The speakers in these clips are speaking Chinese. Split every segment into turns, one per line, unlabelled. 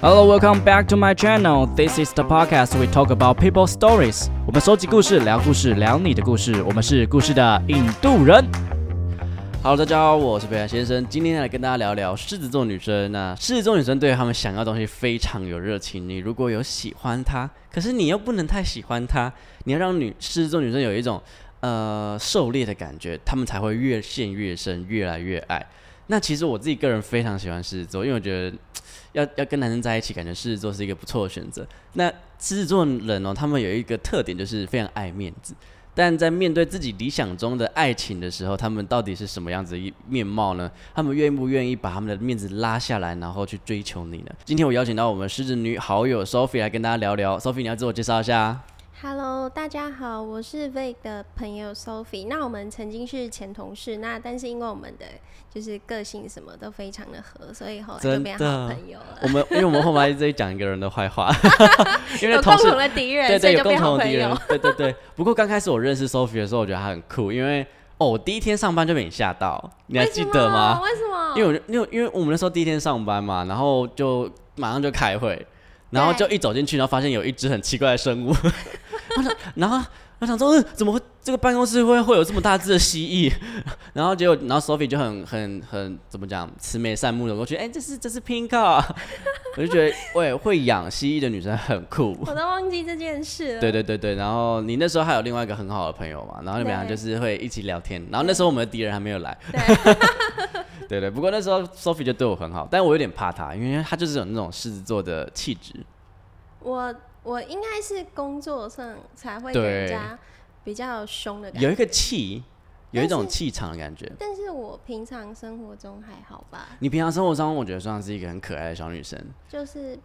Hello, welcome back to my channel. This is the podcast we talk about people stories. 我们收集故事，聊故事，聊你的故事。我们是故事的印度人。
Hello，大家好，我是北海先生，今天来跟大家聊聊狮子座女生。那狮子座女生对她们想要的东西非常有热情，你如果有喜欢她，可是你又不能太喜欢她，你要让女狮子座女生有一种呃狩猎的感觉，她们才会越陷越深，越来越爱。那其实我自己个人非常喜欢狮子座，因为我觉得要要跟男生在一起，感觉狮子座是一个不错的选择。那狮子座人哦，他们有一个特点就是非常爱面子。但在面对自己理想中的爱情的时候，他们到底是什么样子的一面貌呢？他们愿不愿意把他们的面子拉下来，然后去追求你呢？今天我邀请到我们狮子女好友 Sophie 来跟大家聊聊。Sophie，你要自我介绍一下 啊。
Hello，大家好，我是 Vic 的朋友 Sophie。那我们曾经是前同事，那但是因为我们的就是个性什么都非常的合，所以后来就
真
变
的
好朋友了。
我们因为我们后来一直在讲一个人的坏 话，因为
有
同
共
事
同的敌人，
对
所
对，
以
有
就
共
变好
同的
朋
敌人
友。，
对对对。不过刚开始我认识 Sophie 的时候，我觉得她很酷，因为哦，我第一天上班就被你吓到，你还
为
记
什
得吗
么？？为什么？
因为我就因为因为我们那时候第一天上班嘛，然后就马上就开会，然后就
对
一走进去，然后发现有一只很奇怪的生物， 我想然后我想说，嗯，怎么会这个办公室会会有这么大只的蜥蜴？ 然后结果，然后 Sophie 就很很很怎么讲，慈眉善目的过去，哎、这是这是 Pink 啊， 我就觉得喂，会养蜥蜴的女生很酷。
我都忘记这件事了。
对对对对，然后你那时候还有另外一个很好的朋友嘛，然后你们俩就
对
是会一起聊天，然后那时候我们的敌人还没有来，
对
对对，不过那时候 Sophie 就对我很好，但我有点怕她，因为她就是有那种狮子座的气质。
我我应该是工作上才会给
对
人家比较凶的感
有
觉，
一个气，有一种气场的感觉。
但是我平常生活中还好吧，
你平常生活中，我觉得算是一个很可爱的小女生。
就是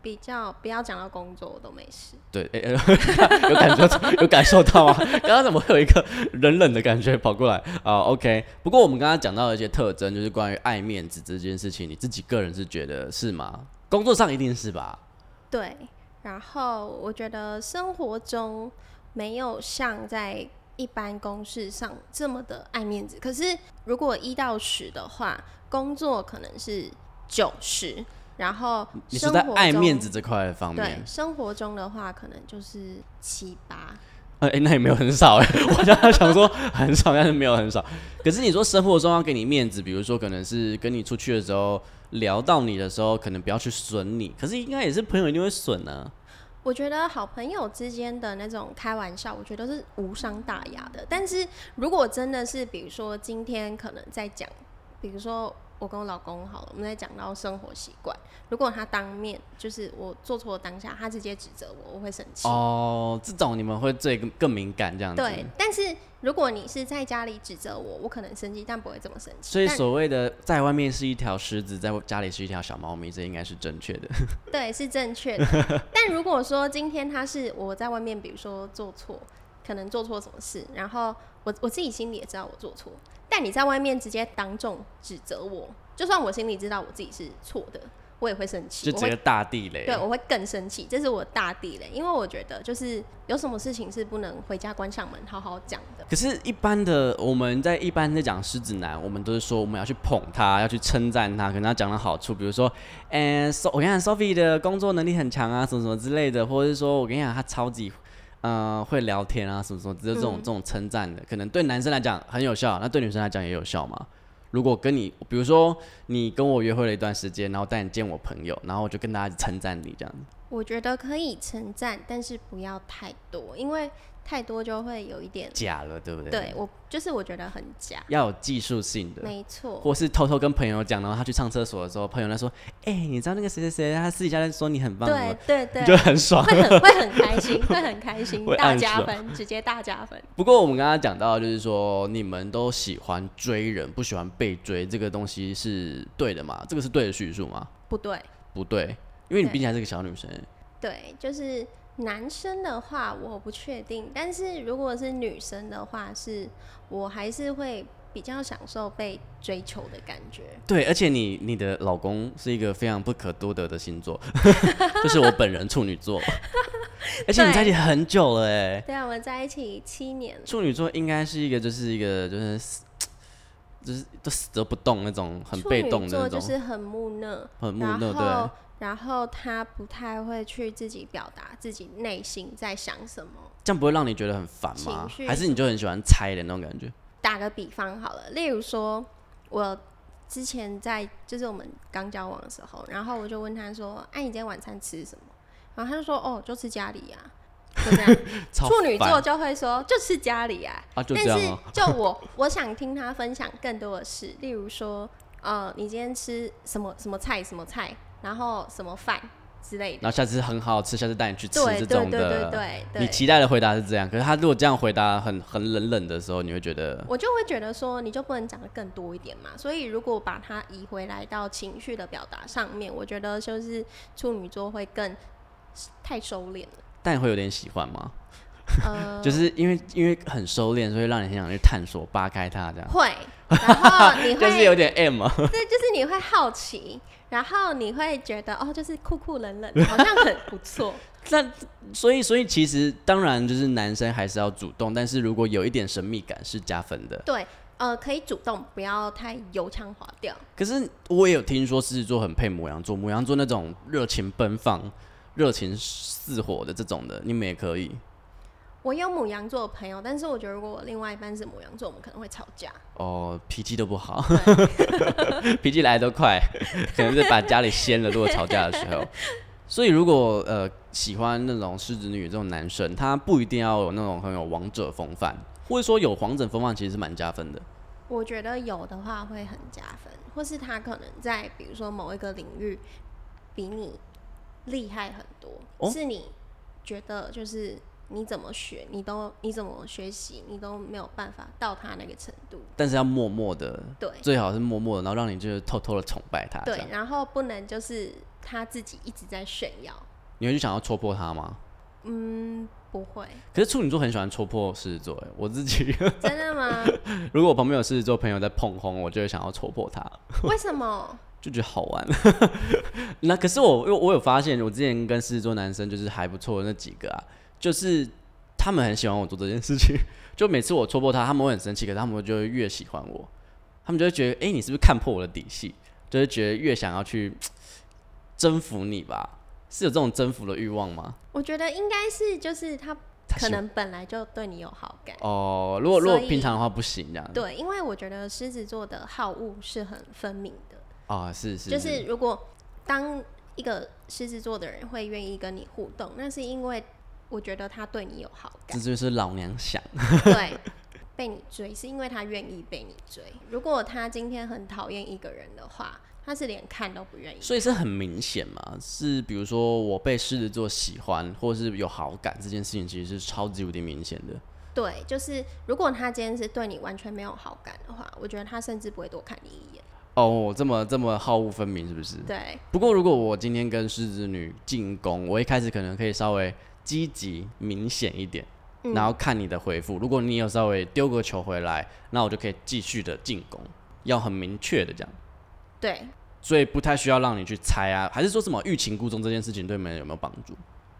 比较不要讲到工作，我都没事。
对，哎、哎 有感觉，有感受到吗？ 刚刚怎么会有一个冷冷的感觉跑过来啊、o k 不过我们刚刚讲到的一些特征，就是关于爱面子这件事情，你自己个人是觉得是吗？工作上一定是吧？
对，然后我觉得生活中没有像在一般公事上这么的爱面子。可是如果一到十的话，工作可能是九十，然后
你是
生
在
活
爱
中
面子。这块的方面
对，，生活中的话可能就是七八，
哎、那也没有很少哎、 我刚刚想说很少，但是没有很少。可是你说生活中要给你面子，比如说可能是跟你出去的时候聊到你的时候，可能不要去损你，可是应该也是朋友一定会损啊。
我觉得好朋友之间的那种开玩笑，我觉得是无伤大雅的。但是如果真的是，比如说今天可能在讲，比如说我跟我老公好了，我们在讲到生活习惯，如果他当面就是我做错当下，他直接指责我，我会生气。
哦，这种你们会最更更敏感这样子。
对，但是如果你是在家里指责我，我可能生气，但不会这么生气。
所以
但
所谓的在外面是一条狮子，在家里是一条小猫咪，这应该是正确 的。
对，是正确的。 但如果说今天他是我在外面，比如说做错，可能做错什么事，然后我我自己心里也知道我做错，但你在外面直接当众指责我，就算我心里知道我自己是错的，我也会生气，
就
我
整个
会
大地雷。啊
对我会更生气，这是我大地雷，因为我觉得就是有什么事情是不能回家关上门好好讲的。
可是，一般的我们在一般在讲狮子男，我们都是说我们要去捧他，要去称赞他，可能要讲的好处，比如说，哎、so 我跟你讲，Sophie 的工作能力很强啊，什么什么之类的，或者是说我跟你讲，他超级，呃，会聊天啊，什么什么，只有这种、这种称赞的，可能对男生来讲很有效，那对女生来讲也有效嘛。如果跟你，比如说你跟我约会了一段时间，然后带你见我朋友，然后我就跟大家称赞你这样子。
我觉得可以称赞，但是不要太多，因为太多就会有一点
假了，对不对？
对，我就是我觉得很假，
要有技术性的。
没错。
或是偷偷跟朋友讲，然后他去上厕所的时候，朋友在说：“哎、你知道那个谁谁谁，他私底下在说你很棒
对
吗？”
对
你
对，
就很爽。
会很会很开心，会很开心
会，
大
暗
加
爽
分，直接大加分。
不过我们刚刚讲到，就是说你们都喜欢追人，不喜欢被追，这个东西是对的吗？这个是对的叙述吗？
不对，
不对，因为你
对
毕竟还是个小女 生。
对，就是男生的话我不确定，但是如果是女生的话是，我还是会比较享受被追求的感觉。
对，而且你你的老公是一个非常不可多得的星座， 就是我本人处女座， 而且你在一起很久了哎。
对啊，我们在一起七年了，
处女座应该是一个，就是一个，就是就是都死都不动那种，很
处
被
女
动的
座
那
就
种，
是很木讷，
很木
然
讷，
后
对，
然后他不太会去自己表达自己内心在想什么。
这样不会让你觉得很烦吗
情绪？
还是你就很喜欢猜的那种感觉？
打个比方好了，例如说，我之前在就是我们刚交往的时候，然后我就问他说：“哎、你今天晚餐吃什么？”然后他就说：“哦，就吃家里呀、 就这样。
超
处女
烦
座就会说：“就吃家里呀、
啊，就
但
这样哦、
是就我我想听他分享更多的事，例如说，呃，你今天吃什么什么菜什么菜，然后什么饭之类的。
然后下次很好吃，下次带你去吃
对
这
对
种
对
的。
对对对，
你期待的回答是这样，可是他如果这样回答很很冷冷的时候，你会觉得
我就会觉得说，你就不能讲的更多一点嘛。所以如果把它移回来到情绪的表达上面，我觉得就是处女座会更太收敛了。
但会有点喜欢吗？
呃，
就是因为因为很收敛，所以让你很想去探索、扒开它这样。
会，然 后你会，
就是有点 M 啊，
对，就是你会好奇，然后你会觉得哦，就是酷酷冷冷的，好像很不错。
那所以所以其实当然就是男生还是要主动，但是如果有一点神秘感是加分的。
对，呃，可以主动，不要太油腔滑调。
可是我也有听说狮子座很配母羊座，母羊座那种热情奔放、热情似火的这种的，你们也可以。
我有母羊座的朋友，但是我觉得如果我另外一半是母羊座，我们可能会吵架。
哦，脾气都不 好，脾气来得快，可能是把家里掀了。如果吵架的时候，所以如果呃喜欢那种狮子女这种男生，他不一定要有那种很有王者风范，或者说有王者风范其实是蛮加分的。
我觉得有的话会很加分，或是他可能在比如说某一个领域比你厉害很多，
哦
是你觉得就是你怎么学，你都你怎么学习，你都没有办法到他那个程度。
但是要默默的，
对
最好是默默的，然后让你就是偷偷的崇拜他。这
对
样，
然后不能就是他自己一直在炫耀，
你会去想要戳破他吗？
嗯，不会，
可是处女座很喜欢戳破狮子座，哎我自己
真的吗？
如果我旁边有狮子座朋友在碰轰，我就会想要戳破他。
为什么？
就觉得好玩。 那可是我，因为我有发现，我之前跟狮子座男生就是还不错的那几个啊，就是他们很喜欢我做这件事情。 就每次我戳破他，他们会很生气，可是他们就会越喜欢我，他们就会觉得，哎、你是不是看破我的底细？就是觉得越想要去征服你吧，是有这种征服的欲望吗？
我觉得应该是就是他
他喜欢
可能本来就对你有好感，
哦，如果如果
所以
平常的话不行这样子。
对，因为我觉得狮子座的好恶是很分明的。
啊、是是
就是如果当一个狮子座的人会愿意跟你互动，那是因为我觉得他对你有好
这
感，
就是老娘想。
对，被你追是因为他愿意被你追。如果他今天很讨厌一个人的话，他是连看都不愿意。
所以是很明显嘛，是比如说我被狮子座喜欢，或是有好感这件事情，其实是超级无敌明显的。
对，就是如果他今天是对你完全没有好感的话，我觉得他甚至不会多看你一眼。
哦，这么这么好恶分明是不是？
对，
不过如果我今天跟狮子女进攻，我一开始可能可以稍微积极明显一点，
嗯
然后看你的回复。如果你有稍微丢个球回来，那我就可以继续的进攻，要很明确的这样。
对，
所以不太需要让你去猜啊，还是说什么欲擒故纵这件事情对你们有没有帮助？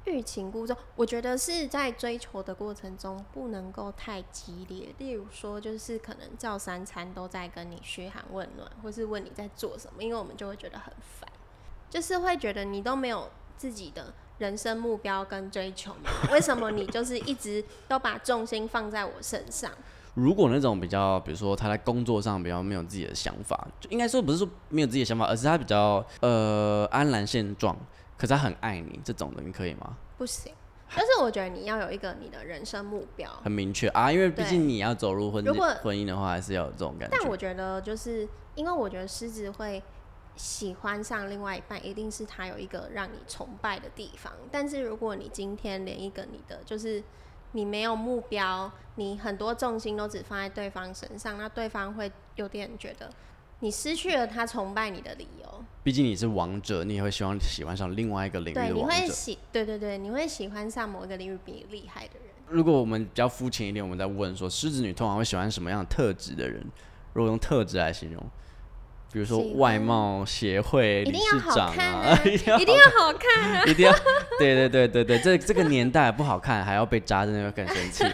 欲擒故纵，我觉得是在追求的过程中不能够太激烈。例如说，就是可能照三餐都在跟你嘘寒问暖，或是问你在做什么，因为我们就会觉得很烦，就是会觉得你都没有自己的人生目标跟追求嘛，为什么你就是一直都把重心放在我身上？
如果那种比较，比如说他在工作上比较没有自己的想法，就应该说不是说没有自己的想法，而是他比较呃安然现状，可是他很爱你这种的，你可以吗？
不行。但是我觉得你要有一个你的人生目标，
很明确啊，因为毕竟你要走入婚
如果
婚姻的话，还是要有这种感
但
觉。
我觉得，就是因为我觉得狮子会喜欢上另外一半，一定是他有一个让你崇拜的地方。但是如果你今天连一个你的就是你没有目标，你很多重心都只放在对方身上，那对方会有点觉得你失去了他崇拜你的理由。
毕竟你是王者，你也会希望喜欢上另外一个领域
对，
的
你
王
会
者。
喜，对对对，你会喜欢上某一个领域比你厉害的人。
如果我们比较肤浅一点，我们在问说，狮子女通常会喜欢什么样的特质的人？如果用特质来形容，比如说
喜欢
外貌协会
一
理
定
事
要好
哎长
看
啊，
一定要好看啊！
一定要，对对对对对，这这个年代不好 看，还要被扎，真的会更生气。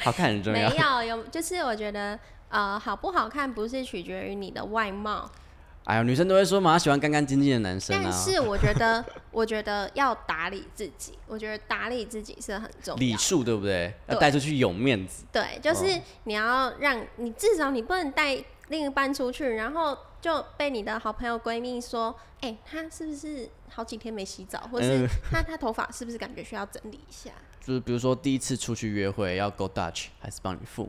好看很重
没
要。
有，有就是我觉得，嗯、呃，好不好看不是取决于你的外貌，
哎呦，女生都会说嘛，她喜欢干干净净的男生啊
但，是我觉得，我觉得要打理自己，我觉得打理自己是很重
礼
要。
数对不对？
对
要带出去有面子。
对，
哦
就是你要让你至少你不能带另一半出去，然后就被你的好朋友闺蜜说，哎、她是不是好几天没洗澡，或是
嗯
她她头发是不是感觉需要整理一下？
就是比如说第一次出去约会要 go Dutch 还是帮你付？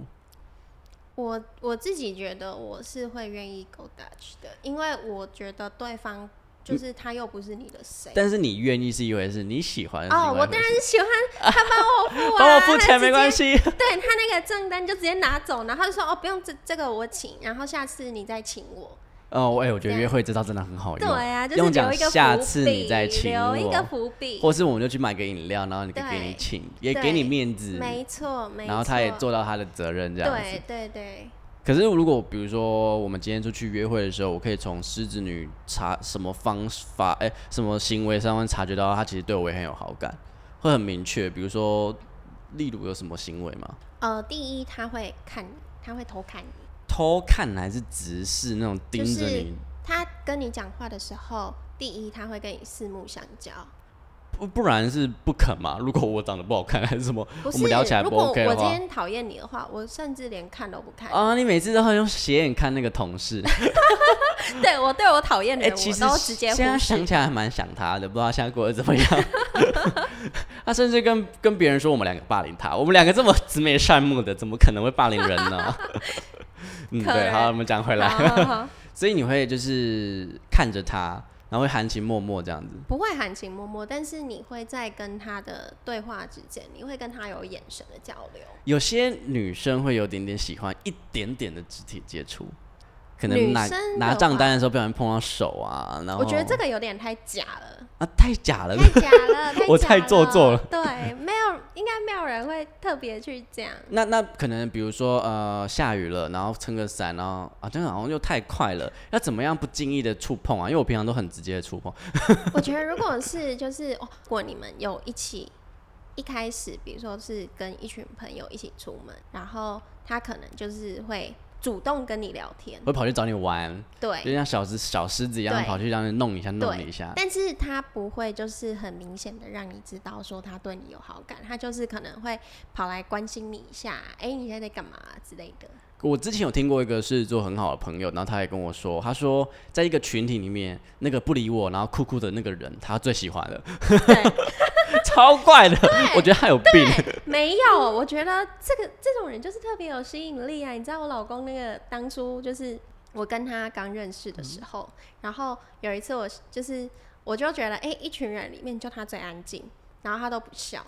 我我自己觉得我是会愿意 go Dutch 的，因为我觉得对方就是他又不是你的谁。
但是你愿意是一回事，你喜欢是
哦，
另外
我
一回事
当然 是喜欢他帮我付啊，
帮我付钱没关
系。
系。
对他那个账单就直接拿走，然后就说哦不用这这个我请，然后下次你再请我。
哦，我哎，我觉得
对
约会这招真的很好
对
用。
啊，就是
用
留
讲
一个
下
伏
次
笔
你再请
留一个
我，
伏笔。
或是我们就去买个饮料，然后你可以
对
给你请，也给你面子，
没错，没错。
然后他也做到他的责任这样子
对。对对，
可是如果比如说我们今天出去约会的时候，我可以从狮子女察什么方法，哎、什么行为上面察觉到她其实对我也很有好感，会很明确。比如说，例如有什么行为吗？
呃，第一他会看你，他会偷看你。
偷看还是直视那种盯着
就是
你？
他跟你讲话的时候，第一他会跟你四目相交，
不不然是不肯嘛？如果我长得不好看还是什 么，
不
我
是？
们聊起来
如
不
果
OK
我
的
今
话。
天讨厌你的话，我甚至连看都不看。
啊！你每次都会用斜眼看那个同事，
对我对我讨厌的
哎、
人，
其
我
实
都直接忽
现在
视。
想起来还蛮想他的，不知道现在过得怎么样。 他甚至跟跟别人说我们两个霸凌他，我们两个这么慈眉善目的，怎么可能会霸凌人呢？ 嗯，
可
对，
能
好，我们讲回
好好
来，
好
所以你会就是看着他，然后会含情脉脉这样子。
不会含情脉脉，但是你会在跟他的对话之间，你会跟他有眼神的交流。
有些女生会有点点喜欢一点点的肢体接触，可能
女
拿
生的
拿账
话
单的时候不小心碰到手啊，然后
我觉得这个有点太假了，
啊太假了，
太假 了，太假了
我太做作了。
对，没有，应该没有人会特别去讲。
那那可能比如说呃下雨了，然后撑个伞，然后啊真的好像又太快了，要怎么样不经意的触碰啊？因为我平常都很直接的触碰，
我觉得如果是就是哦，如果你们有一起一开始，比如说是跟一群朋友一起出门，然后他可能就是会主动跟你聊天，
会跑去找你玩，就
对。
像小狮小狮子一样
对
跑去让你弄一下弄你一下。
但是他不会就是很明显的让你知道说他对你有好感，他就是可能会跑来关心你一下，哎、你现在在干嘛之类的。
我之前有听过一个狮子座很好的朋友，然后他也跟我说，他说在一个群体里面，那个不理我然后酷酷的那个人，他最喜欢了，
对，
超怪的，我觉得他有病。
对，没有，我觉得这个这种人就是特别有吸引力啊！你知道我老公那个当初就是我跟他刚认识的时候，
嗯
然后有一次我就是我就觉得，哎、一群人里面就他最安静，然后他都不笑，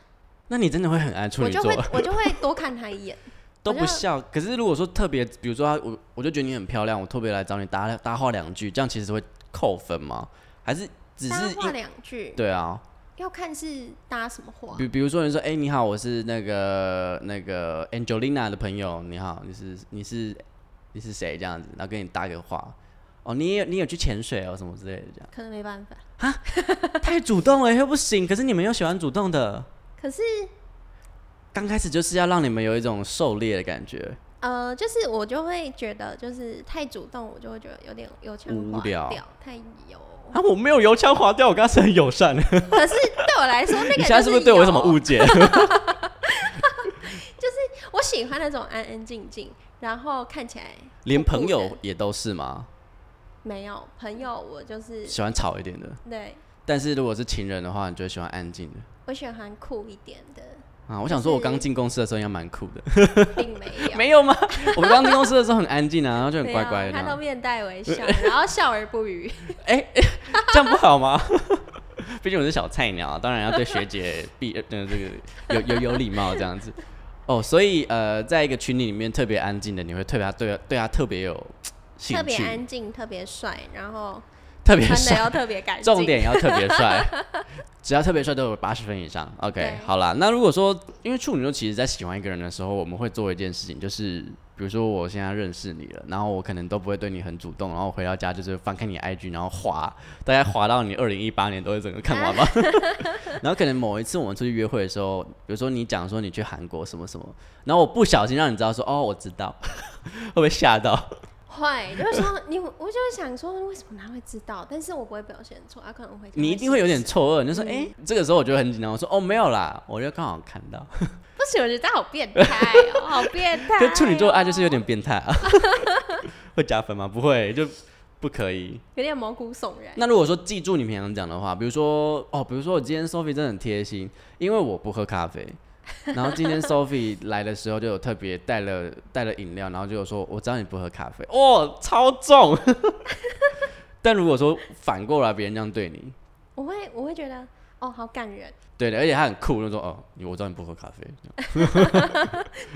那你真的会很爱处
我
女
就
座
会？我就会多看他一眼。
都不
就
笑。可是如果说特别，比如说他我我就觉得你很漂亮，我特别来找你搭搭话两句，这样其实会扣分吗？还是只
搭
是
话
因
两句，
对啊？
要看是搭什么话。
比比如说你说，哎、你好，我是那个那个 Angelina 的朋友，你好，你是你是你是谁这样子，然后跟你搭个话。哦，你也你有去潜水哦，什么之类的，这
可能没办法，
样太主动了又不行。可是你们又喜欢主动的，
可是
刚开始就是要让你们有一种狩猎的感觉。
呃，就是我就会觉得，就是太主动，我就会觉得有点油腔
无
滑
聊
调，太油。
啊，我没有油腔滑调，我刚才是很友善。
可是对我来说，那个
你现在是
就
不是对我有什么
油
误解？
我喜欢那种安安静静，然后看起来
连
酷酷
朋友
的
也都是吗？
没有朋友，我就是
喜欢吵一点的，
对
但是如果是情人的话，你就会喜欢安静的
我喜欢酷一点的，
啊。我想说，我
是
刚进公司的时候应该蛮 酷的，
并没有。
没有吗？ 我刚进公司的时候很安静啊，然后就很
没
乖乖
有
的
他都
啊，
面带微笑，然后笑而 不语。
这样不好吗？ 毕竟我是小菜鸟啊，当然要对学姐 必呃这个有有有礼貌这样子。哦，所以呃，在一个群体里面特别安静的，你会特别他对对他特别有兴
特别
趣，
安静，特别帅，然后
特别
穿的
帅。
要特别干净。
重点要特别 帅，只要特别帅都有八十分以上。OK，
对
好啦，那如果说因为处女座其实在喜欢一个人的时候，我们会做一件事情，就是比如说我现在认识你了，然后我可能都不会对你很主动，然后回到家就是翻看你 IG，然后滑，大概滑到你二零一八年都会整个看完 吧。然后可能某一次我们出去约会的时候，比如说你讲说你去韩国什么什么，然后我不小心让你知道说哦我知道， 会不会吓到？
会，就会说你，我就会想说，为什么他会知道？但是我不会表现出，他可能会。
你一定会有点错愕，你就说哎、诶这个时候我就很紧张，我说哦没有啦，我就刚好看 到。
不行，我觉得他好变态哦，好变态、
跟处女座爱 就是有点变态啊， 会加分吗？不会，就不可以。
有点毛骨悚然。
那如果说记住你平常讲的话，比如说哦，比如说我今天 Sophie 真的很贴心，因为我不喝咖啡，然后今天 Sophie 来的时候就有特别带了带了饮料，然后就有说我知道你不喝咖啡，哦，超重。 但如果说反过来别人这样对你，
我会，我会觉得哦，好感人。
对的，而且他很酷，就说哦，你我知道你不喝咖啡，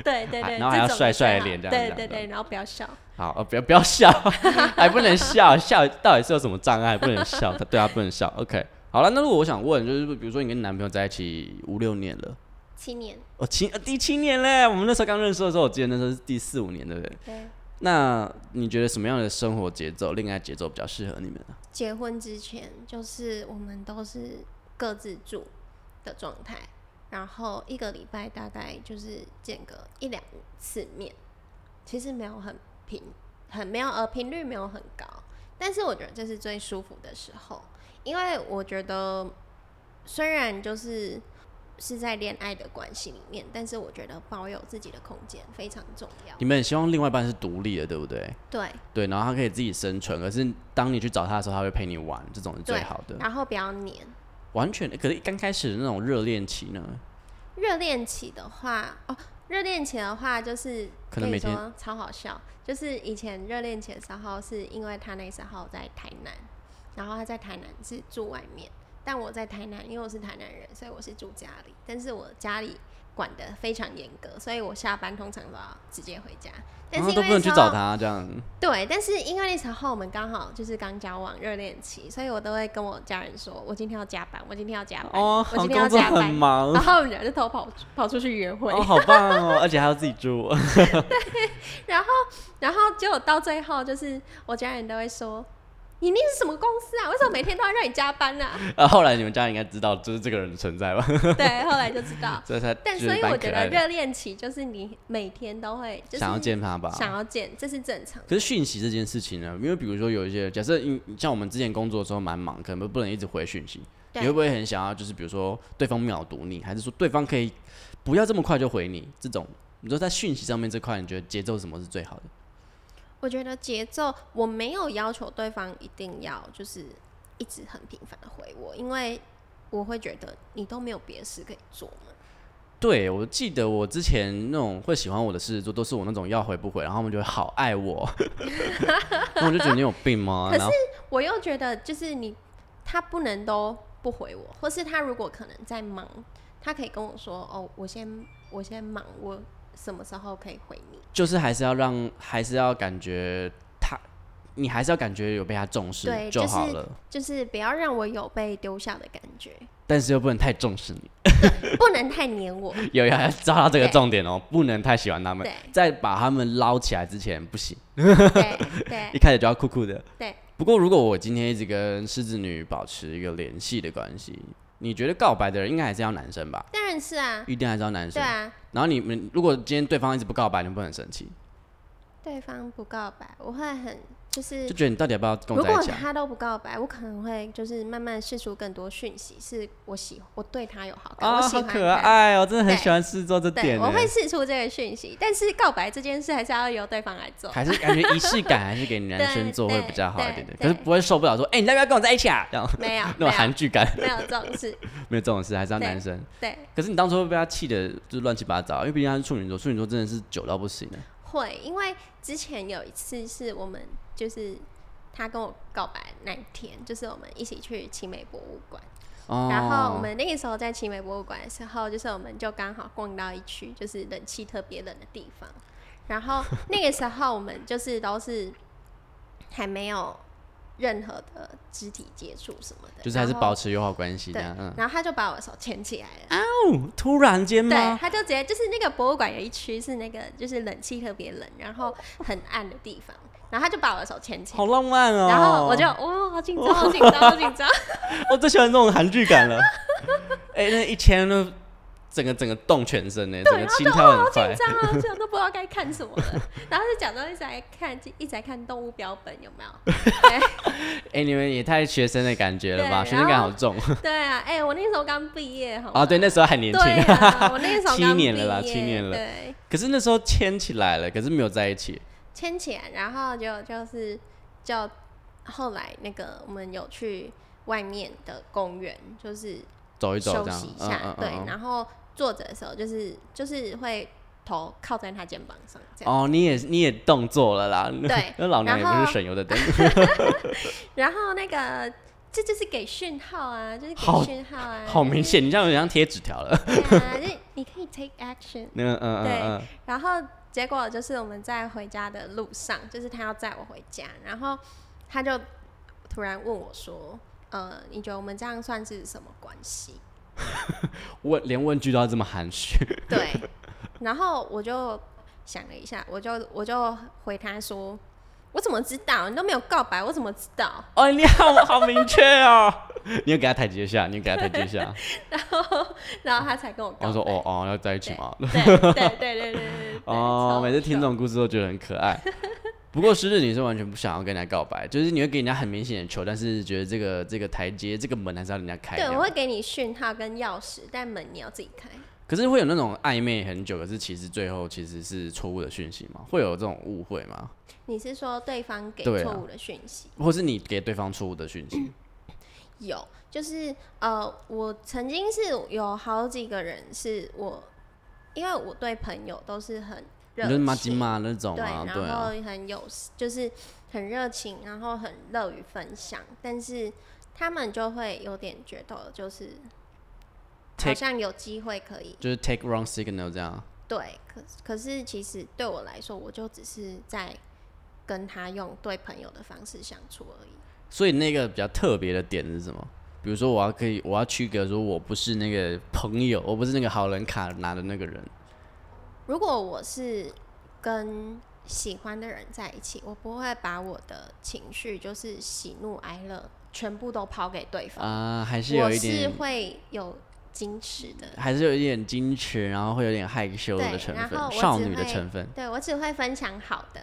对对
还
对，
然后还要
这种
帅
的
帅的
最好
脸这样嗯
对
子
对
这样
对，然后不要笑。
好，呃，不要不要笑， 还不能笑，笑到底是有什么障碍？不能笑，他对他不能笑。OK，好了，那如果我想问，就是比如说你跟你男朋友在一起五六年了，
七年，
哦七呃第七年嘞，我们那时候刚认识的时候，我记得那时候是第四五年，对不对？
对，
那你觉得什么样的生活节奏、恋爱节奏比较适合你们呢、
结婚之前就是我们都是各自住的状态，然后一个礼拜大概就是见个一两次面，其实没有很频，很没有呃频率没有很高，但是我觉得这是最舒服的时候，因为我觉得虽然就是。是在恋爱的关系里面，但是我觉得保有自己的空间非常重要。
你们很希望另外一半是独立的，对不对？
对，
对，然后他可以自己生存，可是当你去找他的时候，他会陪你玩，这种是最
对
好的。
然后不要黏，
完全，可是刚开始的那种热恋期呢，
热恋期的话，哦，热恋期的话就是
可能
以
每天
说超好笑，就是以前热恋期的时候，是因为他那时候在台南，然后他在台南是住外面，但我在台南，因为我是台南人，所以我是住家里，但是我家里管得非常严格，所以我下班通常都要直接回家，但
然
是
后
因
啊都不
为那
能
时
去
候
找他这样。
对，但是因为那时候我们刚好就是刚交往热恋期，所以我都会跟我家人说，我今天要加班，我今天要加班，
哦，
我
好
今天要
工作
加
很
班。
忙
然，后我们俩就偷跑跑出去约会，
哦，好棒哦，而且还要自己住。
然后结果到最后就是我家人都会说。你那是什么公司啊？为什么每天都要让你加班呢、啊？
啊，后来你们家人应该知道，就是这个人的存在吧？
对，后来就知 道。
这才
但
就
所
是
以
蛮
我
可
觉
爱的
得热恋期就是你每天都会就是
想要见他吧。
想要见，这是正常的。
可是讯息这件事情呢，因为比如说有一些假设，你像我们之前工作的时候蛮忙，可能不能一直回讯息。你会
对
不会很想要，就是比如说对方秒读你，还是说对方可以不要这么快就回你？这种你说在讯息上面这块，你觉得节奏什么是最好的？
我觉得节奏我没有要求对方一定要就是一直很频繁的回我，因为我会觉得你都没有别的事可以做嘛。
对，我记得我之前那种会喜欢我的狮子座，都是我那种要回不回，然后他们就会好爱我， 那我就觉得你有病吗？
可是
然后
我又觉得就是你他不能都不回我，或是他如果可能在忙，他可以跟我说哦，我先我先忙，我什么时候可以回你？
就是还是要让，还是要感觉他，你还是要感觉有被他重视
对
就
就是
好了，
就是不要让我有被丢下的感觉，
但是又不能太重视你，
不能太黏我。
有要抓到这个
对
重点哦，不能太喜欢他们
对，
在把他们捞起来之前不行，
对
一
对
开始就要酷酷的。
对，
不过如果我今天一直跟狮子女保持一个联系的关系，你觉得告白的人应该还是要男生吧？
当然是啊，
一定还是要男生
对。啊，
然后你们如果今天对方一直不告白，你们不能生气，
对方不告白，我会很就是
就觉得你到底要不要跟
如
我在
果
一起、啊？
他都不告白，我可能会就是慢慢释出更多讯息，是我喜我对他有好感，
啊、
我喜
好
欢
可
他。
爱哦，真的很
对
喜欢狮子座这
对，
点呢。
我会释出这个讯息，但是告白这件事还是要由对方来做。
还是感觉仪式 感还是给男生做会比较好一点点，可是不会受不了说，哎、你要不要跟我在一起啊？这 样，
没有
那种韩剧感，
没有没有这种事。
没有这种事，还是要男生。
对，
可是你当初会被他气的，就是乱七八糟，因为毕竟他是处女座，处女座真的是久到不行的。
会，因为之前有一次是我们就是他跟我告白那一天，就是我们一起去奇美博物馆。
哦，
然后我们那个时候在奇美博物馆的时候，就是我们就刚好逛到一区，就是冷气特别冷的地方。 然后那个时候我们就是都是还没有任何的肢体接触什么的，
就是还是
然后
保持友好关系这
对
样。嗯，，
然后他就把我的手牵起来了。
哦，突然间
对，
吗？
他就直接就是那个博物馆有一区是那个就是冷气特别冷，然后很暗的地方，然后他就把我的手牵起来，
好浪漫哦！
然后我就哇、好紧张，好紧张，好 紧张。
我最喜欢这种韩剧感了。 哎、那一牵都整个整个动全身呢，整
对，
个
然后
心
就
跳
哦，好
很
紧
快。
张 啊，这样都不知道该看什么了。然后就假装一直在看，一直在看动物标本有没有？
哎、你们也太学生的感觉了吧？
对
学生感
然
好
后
重
对啊，哎、我那时候刚毕业，好吗
啊！对，那时候还年轻。
对 啊，我那时候
七
刚
年
毕
了啦
业
七年了
对，
可是那时候牵起来了，可是没有在一起。
牵起来，然后就就是就后来那个我们有去外面的公园，就是
走一走
休
这样
息，一下，
嗯嗯
对
嗯，嗯
然后坐着的时候就是就是会头靠在他肩膀上这样。
哦，你也你也动作了啦，
对
那老娘也
然
不
后
是省油的灯，
然后那个这就是给讯号啊，就是
好
给讯号啊，
好明显，你这样很像贴纸条了。
就是。对啊，就是你可以 take action。
那嗯嗯
对
嗯
然后结果就是我们在回家的路上，就是他要载我回家，然后他就突然问我说：“呃，你觉得我们这样算是什么关系
嗯，问连问句都要这么含 蓄，？”
对，然后我就想了一下，我就我就回他说：“我怎么知道？你都没有告白，我怎么知道
哦，你好好明确哦， 你有给他台阶下，你有给他台阶 下。？”
然后然后他才跟我告白。
我说哦哦，要在一起吗？
对对对对对对。
哦，每次听这
懂。
种故事都觉得很可爱。 不过狮子女是完全不想要跟人家告白，就是你会给人家很明显的球，但是觉得这个这个台阶这个门还是要人家开这
对，
样。
我会给你讯号跟钥匙，但门你要自己开。
可是会有那种暧昧很久，可是其实最后其实是错误的讯息吗？会有这种误会吗？
你是说对方给
对啊
错误的讯息？
或是你给对方错误的
嗯
讯息？
有，就是呃，我曾经是有好几个人是我，因为我对朋友都是很
你就是
热
妈鸡
情，
妈那种
对，
啊，对
然后
啊。
很有，就是很热情，然后很乐于分享，但是他们就会有点觉得就是好
Take-
像有机会可以
就是 take wrong signal 这样，啊
对，可可是其实对我来说，我就只是在跟他用对朋友的方式相处而已。
所以那个比较特别的点是什么？比如说我要可以，我要区隔说我不是那个朋友，我不是那个好人卡拿的那个人，
如果我是跟喜欢的人在一起，我不会把我的情绪，就是喜怒哀乐，全部都抛给对方。
啊，还是有
我
一
是
点，
会有矜持的，
还是有一点矜持，然后会有点害羞的
对
成
然后
分，
我
少
只
女的
会
成分
对我只会分享好的。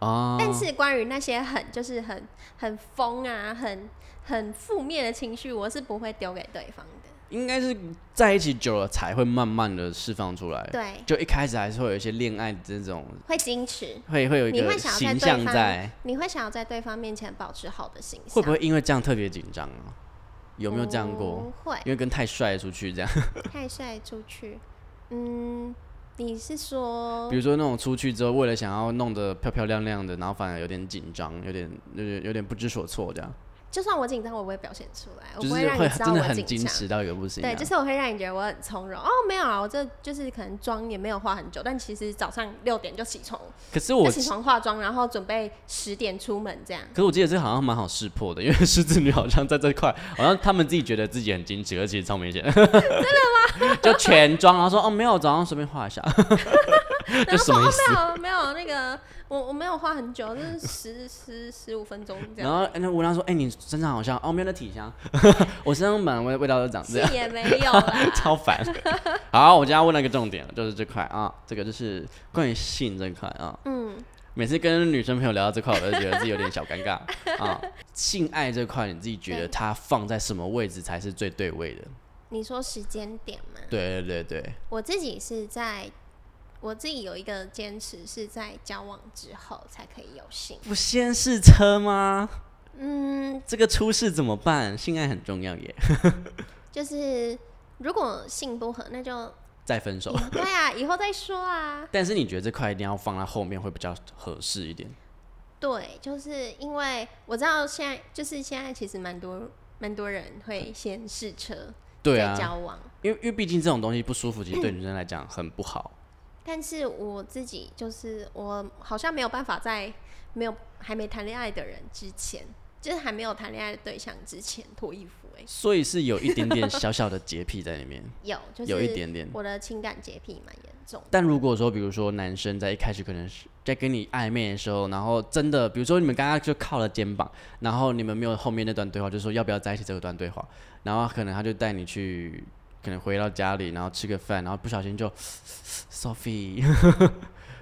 哦。
但是关于那些很就是很很疯啊，很很负面的情绪，我是不会丢给对方的。
应该是在一起久了才会慢慢的释放出来，
对，
就一开始还是会有一些恋爱的这种，
会矜持。
会会有一
你
个
会想要在
形
对
象
方
在，
你会想要在对方面前保持好的形象，
会不会因为这样特别紧张啊？有没有这样过？？
不会，
因为跟太帅出去这样，
太帅出去。嗯，你是说
比如说那种出去之后，为了想要弄得漂漂亮亮的，然后反而有点紧张，有点有点有点不知所措这样，
就算我紧张，我不会表现出来，我
就
不
是
让你知道
真的
我
很
紧
矜
张。
持到一个不行啊这
对，
样。
就是我会让你觉得我很从容。哦，没有啊，我这就是可能妆也没有化很久，但其实早上六点就起床，
可是
就
我
起床化妆，然后准备十点出门这样。
可是我记得这好像蛮好识破的，因为狮子女好像在这块，好像他们自己觉得自己很矜持，而且超明显。 真的吗？就全妆，然后说哦没有，早上随便画一下，就
然后
什
说
么意
哦
思？，
没有没有那个，我我没有化很久，就是十十十五分钟这
然
样。
后哎那文亮说：“哎、你身上好像哦，没有那体香， 我身上本来味味道都长这
是
样，，
也没有啦
超烦。” 好，我今天要问了一个重点，就是这块啊，这个就是关于性这块啊。
嗯，
每次跟女生朋友聊到这块，我就觉得自己有点小尴 尬啊。性爱这块，你自己觉得
对
它放在什么位置才是最对位的？
你说时间点吗？
对对对对。
我自己是在，我自己有一个坚持是在交往之后才可以有性。
不先试车吗？
嗯，
这个出事怎么办？性爱很重要耶，
就是如果性不合，那就
再分 手。
对啊，以后再说啊。
但是你觉得这块一定要放在后面会比较合适一点？
对，就是因为我知道现在就是现在其实蛮多蛮多人会先试车
对
再
啊，
交往，
因为因为毕竟这种东西不舒服，其实对女生来讲很不好。
但是我自己就是我好像没有办法在没有还没谈恋爱的人之前。就是还没有谈恋爱的对象之前脱衣服、欸，哎，
所以是有一点点小小的洁癖在里面，
有就是
有一点点。
我的情感洁癖蛮严重的。
但如果说，比如说男生在一开始可能是在跟你暧昧的时候，然后真的，比如说你们刚刚就靠了肩膀，然后你们没有后面那段对话，就说要不要在一起这段对话，然后可能他就带你去，可能回到家里，然后吃个饭，然后不小心就 Sophie，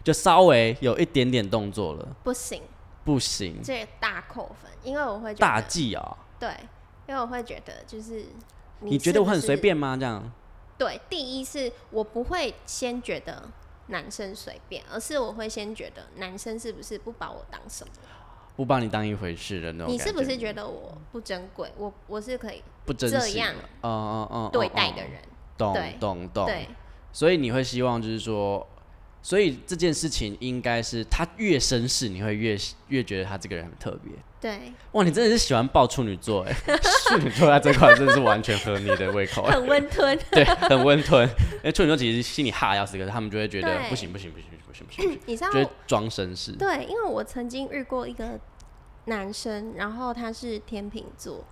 就稍微有一点点动作了，
不行，
不行，
这大扣分，因为我会觉
大
得
忌啊！
对，因为我会觉得就是
你觉得我很随
便。
便吗？这样
对，第一是我不会先觉得男生随便，而是我会先觉得男生是不是不把我当什么？
不把你当一回事的那种
你
感觉，
是不是觉得我不珍贵？我我是可以
不珍
这
惜了？
样
嗯嗯嗯，嗯
对待的
嗯
人，
懂
对
懂懂，
对
所以你会希望就是说，所以这件事情应该是他越绅士，你会越越觉得他这个人很特别。
对，
哇，你真的是喜欢爆处女座哎，处女座在这块真的是完全合你的胃口欸，
很温吞。
对，很温吞。因为处女座其实心里哈得要死，可是他们就会觉得
对
不行不行不行不行不行，不行
你知道
就会装绅士。
对，因为我曾经遇过一个男生，然后他是天秤座，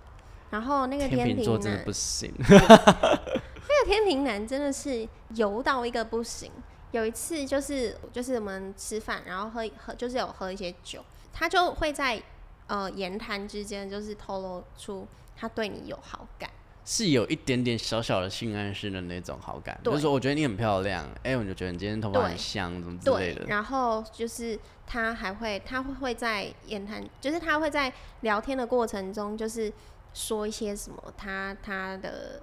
然后那个
天
天
秤座
秤
真的
男
不，行，
那个天秤男真的是油到一个不行。有一次就是就是我们吃饭，然后喝喝就是有喝一些酒，他就会在呃言谈之间就是透露出他对你有好感。
是有一点点小小的性暗示的那种好感，就
对
是说我觉得你很漂亮，哎，我就觉得你今天头发很
对
香，怎么之类
对
的，。
然后就是他还会，他会会在言谈，就是他会在聊天的过程中，就是说一些什么他他的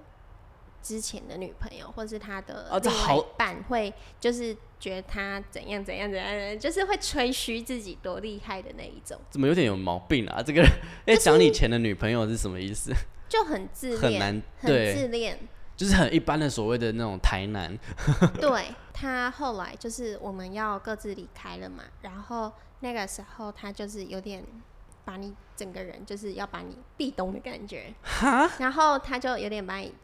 之前的女朋友，或是他的
啊这
另外
好
一半，会就是觉得他怎样怎样怎样，就是会吹嘘自己多厉害的那一种，
怎么有点有毛病啊？这个人哎，讲你前的女朋友是什么意思？
就很自
很
恋，
难
很
对，
自恋。
就是很一般的所谓的那种台南，
对他后来就是我们要各自离开了嘛，然后那个时候他就是有点把你整个人就是要把你壁咚的感觉，然后他就有点把你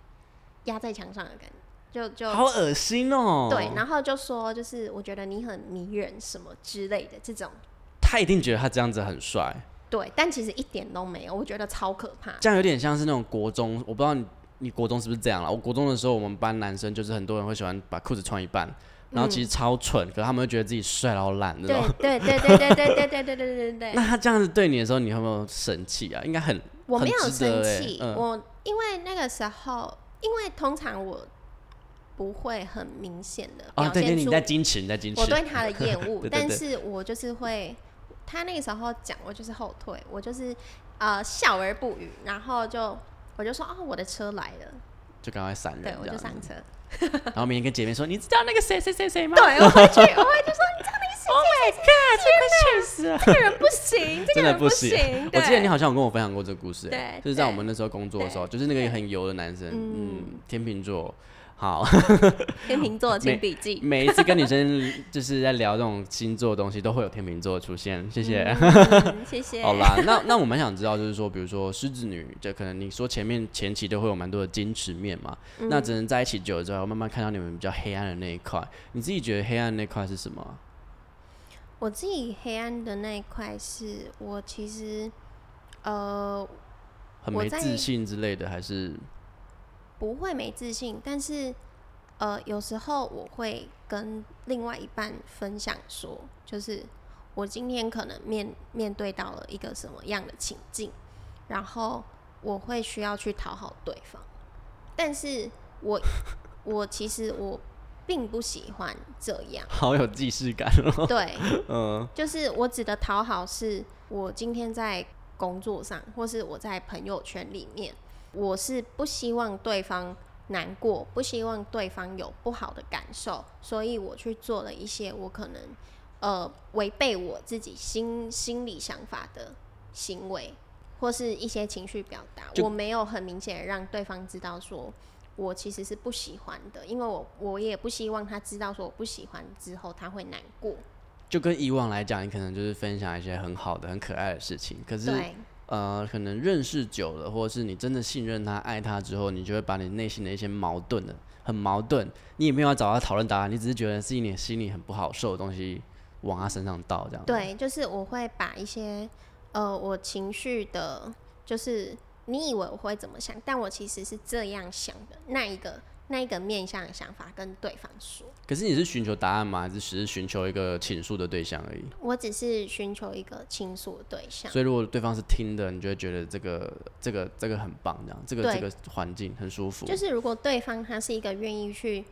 压在墙上的感觉，就就
好恶心哦。
对，然后就说就是我觉得你很迷人什么之类的这种，
他一定觉得他这样子很帅，
对，但其实一点都没有，我觉得超可怕。
这样有点像是那种国中，我不知道你你国中是不是这样了。我国中的时候，我们班男生就是很多人会喜欢把裤子穿一半，然后其
嗯
实超蠢，可是他们会觉得自己帅到烂那
对
种。
对对对对对对对对对对对
那，他这样子对你的时候，你有没有生气啊？应该很
我没有
很值得
生
欸
气，
嗯
我因为那个时候，因为通常我不会很明显的
啊，
表
对对，
现
你
出
在矜持，你在矜持。
我对他的厌 恶，
对对
但
对
是我就是会，他那个时候讲我就是后退，我就是呃笑而不语，然后就我就说哦我的车来了，
就赶快闪人这
对
样
我
子，
就上车，
然后明天跟姐妹说，你知道那个谁谁谁谁吗？
对我回去我会就说你知道那个
哎
谁
Oh my god！这个确实啊，
这个人不行，这
真
个
的
人
不
行
行。我记得你好像有跟我分享过这个故事、欸，
对
就是在我们那时候工作的时候，就是那个很油的男生，
嗯
嗯，天秤座。好，
天秤座请
没
笔记，
每一次跟女生就是在聊这种星座的东西，都会有天秤座出现。谢谢。
嗯谢谢。
好啦，那那我蛮想知道，就是说，比如说狮子女，就可能你说前面前期都会有蛮多的矜持面嘛，那
嗯
只能在一起久了之后，慢慢看到你们比较黑暗的那一块。你自己觉得黑暗那块是什么啊？
我自己黑暗的那一块是我其实呃
很
我
没
在
自信之类的，还 是，
不会没自信，但是呃有时候我会跟另外一半分享说，就是我今天可能面面对到了一个什么样的情境，然后我会需要去讨好对方，但是我 我其实我并不喜欢这样
好有既视感 哦？
对，
嗯，
就是我指的讨好是，我今天在工作上，或是我在朋友圈里面，我是不希望对方难过，不希望对方有不好的感受，所以我去做了一些我可能呃违背我自己心心理想法的行为，或是一些情绪表达，
就
我没有很明显的让对方知道说。我其实是不喜欢的，因为我我也不希望他知道说我不喜欢之后他会难过。
就跟以往来讲，你可能就是分享一些很好的、很可爱的事情。可是，
对，
呃，可能认识久了，或者是你真的信任他、爱他之后，你就会把你内心的一些矛盾的、很矛盾，你也没有要找他讨论答案，你只是觉得是哦你心里很不好受的东西往他身上倒，这样。。
对，就是我会把一些呃，我情绪的，就是你以为我会怎么想，但我其实是这样想的，那一个那一个面向的想法跟对方说，
可是你是寻求答案吗？还是只是寻求一个倾诉的对象而已？
我只是寻求一个倾诉的对象。
所以如果对方是听的，你就会觉得这个这个这个很棒，这样这个
对
这个环境很舒服。
就是如果对方他是一个愿意去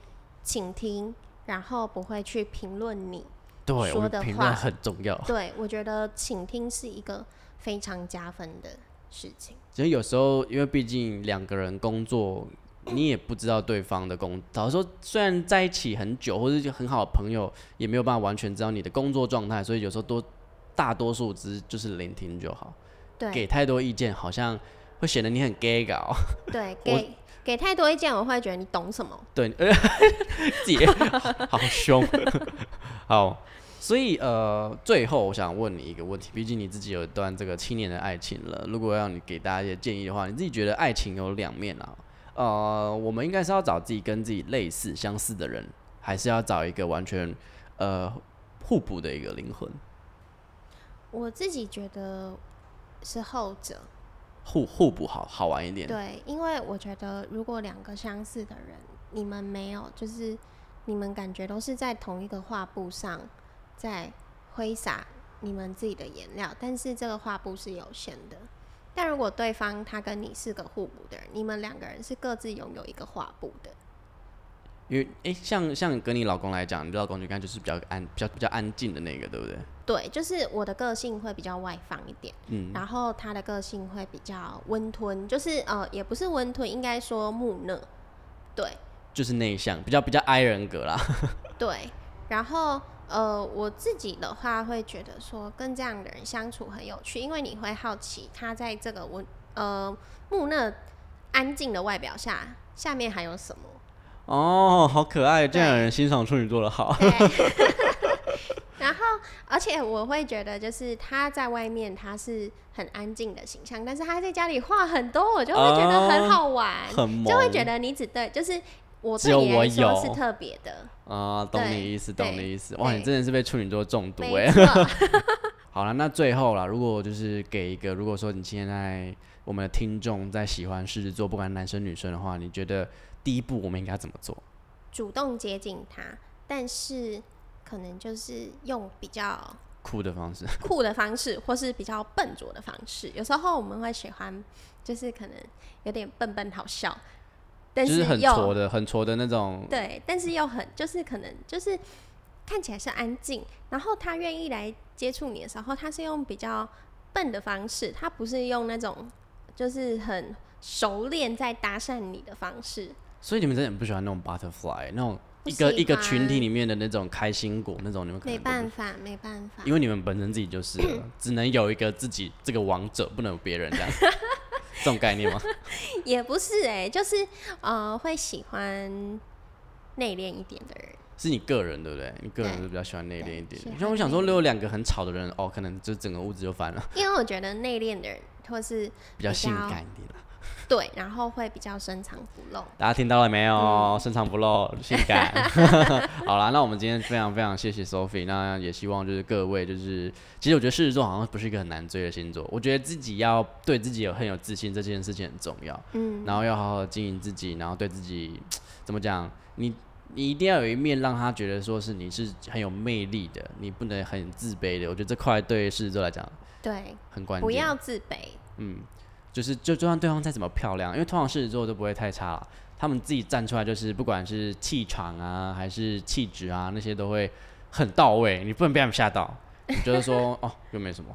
倾听，然后不会去评论你，
对，我
说
们
的
评
话
论很重要。
对我觉得倾听是一个非常加分的事情。
其实有时候，因为毕竟两个人工作，你也不知道对方的工。老实说，虽然在一起很久，或者就很好的朋友，也没有办法完全知道你的工作状态，所以有时候多大多数只是就是聆听就好。给
对
太多意见，好像会显得你很 gay 搞。
对，给给太多意见，我会觉得你懂什么？
对， 呃，自己好好凶， 好。所以呃，最后我想问你一个问题，毕竟你自己有一段这个七年的爱情了，如果要你给大家一些建议的话，你自己觉得爱情有两面啊？呃，我们应该是要找自己跟自己类似相似的人，还是要找一个完全呃互补的一个灵魂，
我自己觉得是后者。
互互补好好玩一点？
对，因为我觉得如果两个相似的人，你们没有，就是你们感觉都是在同一个画布上在挥洒你们自己的颜料，但是这个画布是有限的。但如果对方他跟你是个互补的人，你们两个人是各自拥有一个画布的，
因为诶、像像跟你老公来讲，你老公就看就是比较安比较比较安静的那个，对不对？
对，就是我的个性会比较外放一点，
嗯
然后他的个性会比较温吞，就是呃，也不是温吞，应该说木讷，对，
就是内向，比较比较 I 人格啦。
对，然后呃，我自己的话会觉得说，跟这样的人相处很有趣，因为你会好奇他在这个温呃木讷安静的外表下，下面还有什么。
哦，好可爱，这样有
对
人欣赏处女座的好。
对然后，而且我会觉得，就是他在外面他是很安静的形象，但是他在家里话很多，我就会觉得很好玩，
很萌
就会觉得你只对，就是我
只
对
有
你
我
来说
有
是特别的，
啊，懂
对
你意思，懂
对
你意思。哇，
对
你真的是被处女座中毒哎、
没错。
好了，那最后啦，如果就是给一个，如果说你现在我们的听众在喜欢狮子座，不管男生女生的话，你觉得第一步我们应该怎么做？
主动接近他，但是可能就是用比较
酷的方式，
酷的方式，或是比较笨拙的方式。有时候我们会喜欢，就是可能有点笨笨好笑，但
就是很挫
又
的、很挫的那种。
对，但是又很就是可能就是看起来是安静，然后他愿意来接触你的时候，他是用比较笨的方式，他不是用那种就是很熟练在搭讪你的方式。
所以你们真的很不喜欢那种 butterfly，那种
不
一个
喜
一个群体
欢
里面的那种开心果那种，你们可能
没
都不
办法，没办法，
因为你们本身自己就是了 只能有一个自己这个王者，不能有别人 这样，这种概念吗？
也不是哎、就是呃，会喜欢内敛一点的人。
是你个人对不对？你个人
对
是比较喜欢内敛一
对喜
点。
欢
像我想说，如果有两个很吵的人，哦，可能就整个屋子就翻了，
因为我觉得内敛的人，或是
比较
比较
性感一点啦。
对，然后会比较深藏不露。
大家听到了没
嗯
有？深藏不露，性 感。 好啦，那我们今天非常非常谢谢 Sophie，那也希望就是各位就是，其实我觉得狮子座好像不是一个很难追的星座，我觉得自己要对自己有很有自信，这件事情很重要。
嗯，
然后要好好地经营自己，然后对自己怎么讲，你你一定要有一面让他觉得说是你是很有魅力的，你不能很自卑的。我觉得这块对狮子座来讲
对，
很关键。
不要自卑。
嗯，就是就就算对方再怎么漂亮，因为通常狮子座都不会太差啦，他们自己站出来就是不管是气场啊，还是气质啊，那些都会很到位，你不能被他们吓到，你觉得说 哦又没什么，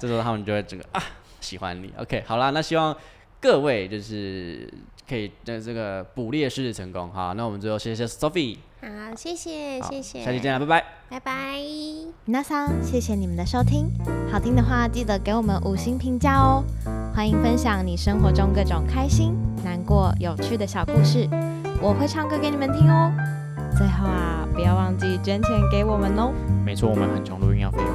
这时候他们就会整个啊喜欢你。OK，好啦，那希望各位就是可以在这个捕猎狮子成功。好，那我们最后谢谢 Sophie，
好，谢谢，
好
谢谢，
下期见啦，拜拜。
拜拜。
皆さん，谢谢你们的收听，好听的话记得给我们五星评价哦。欢迎分享你生活中各种开心、难过、有趣的小故事，我会唱歌给你们听哦。最后啊，不要忘记捐钱给我们哦，
没错，我们很穷，录音要费用。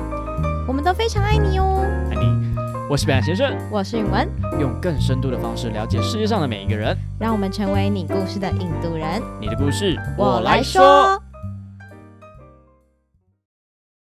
我们都非常爱你哦。
爱你，我是北岸先生，
我是允文，
用更深度的方式了解世界上的每一个人。
让我们成为你故事的引渡人。
你的故事，
我来说。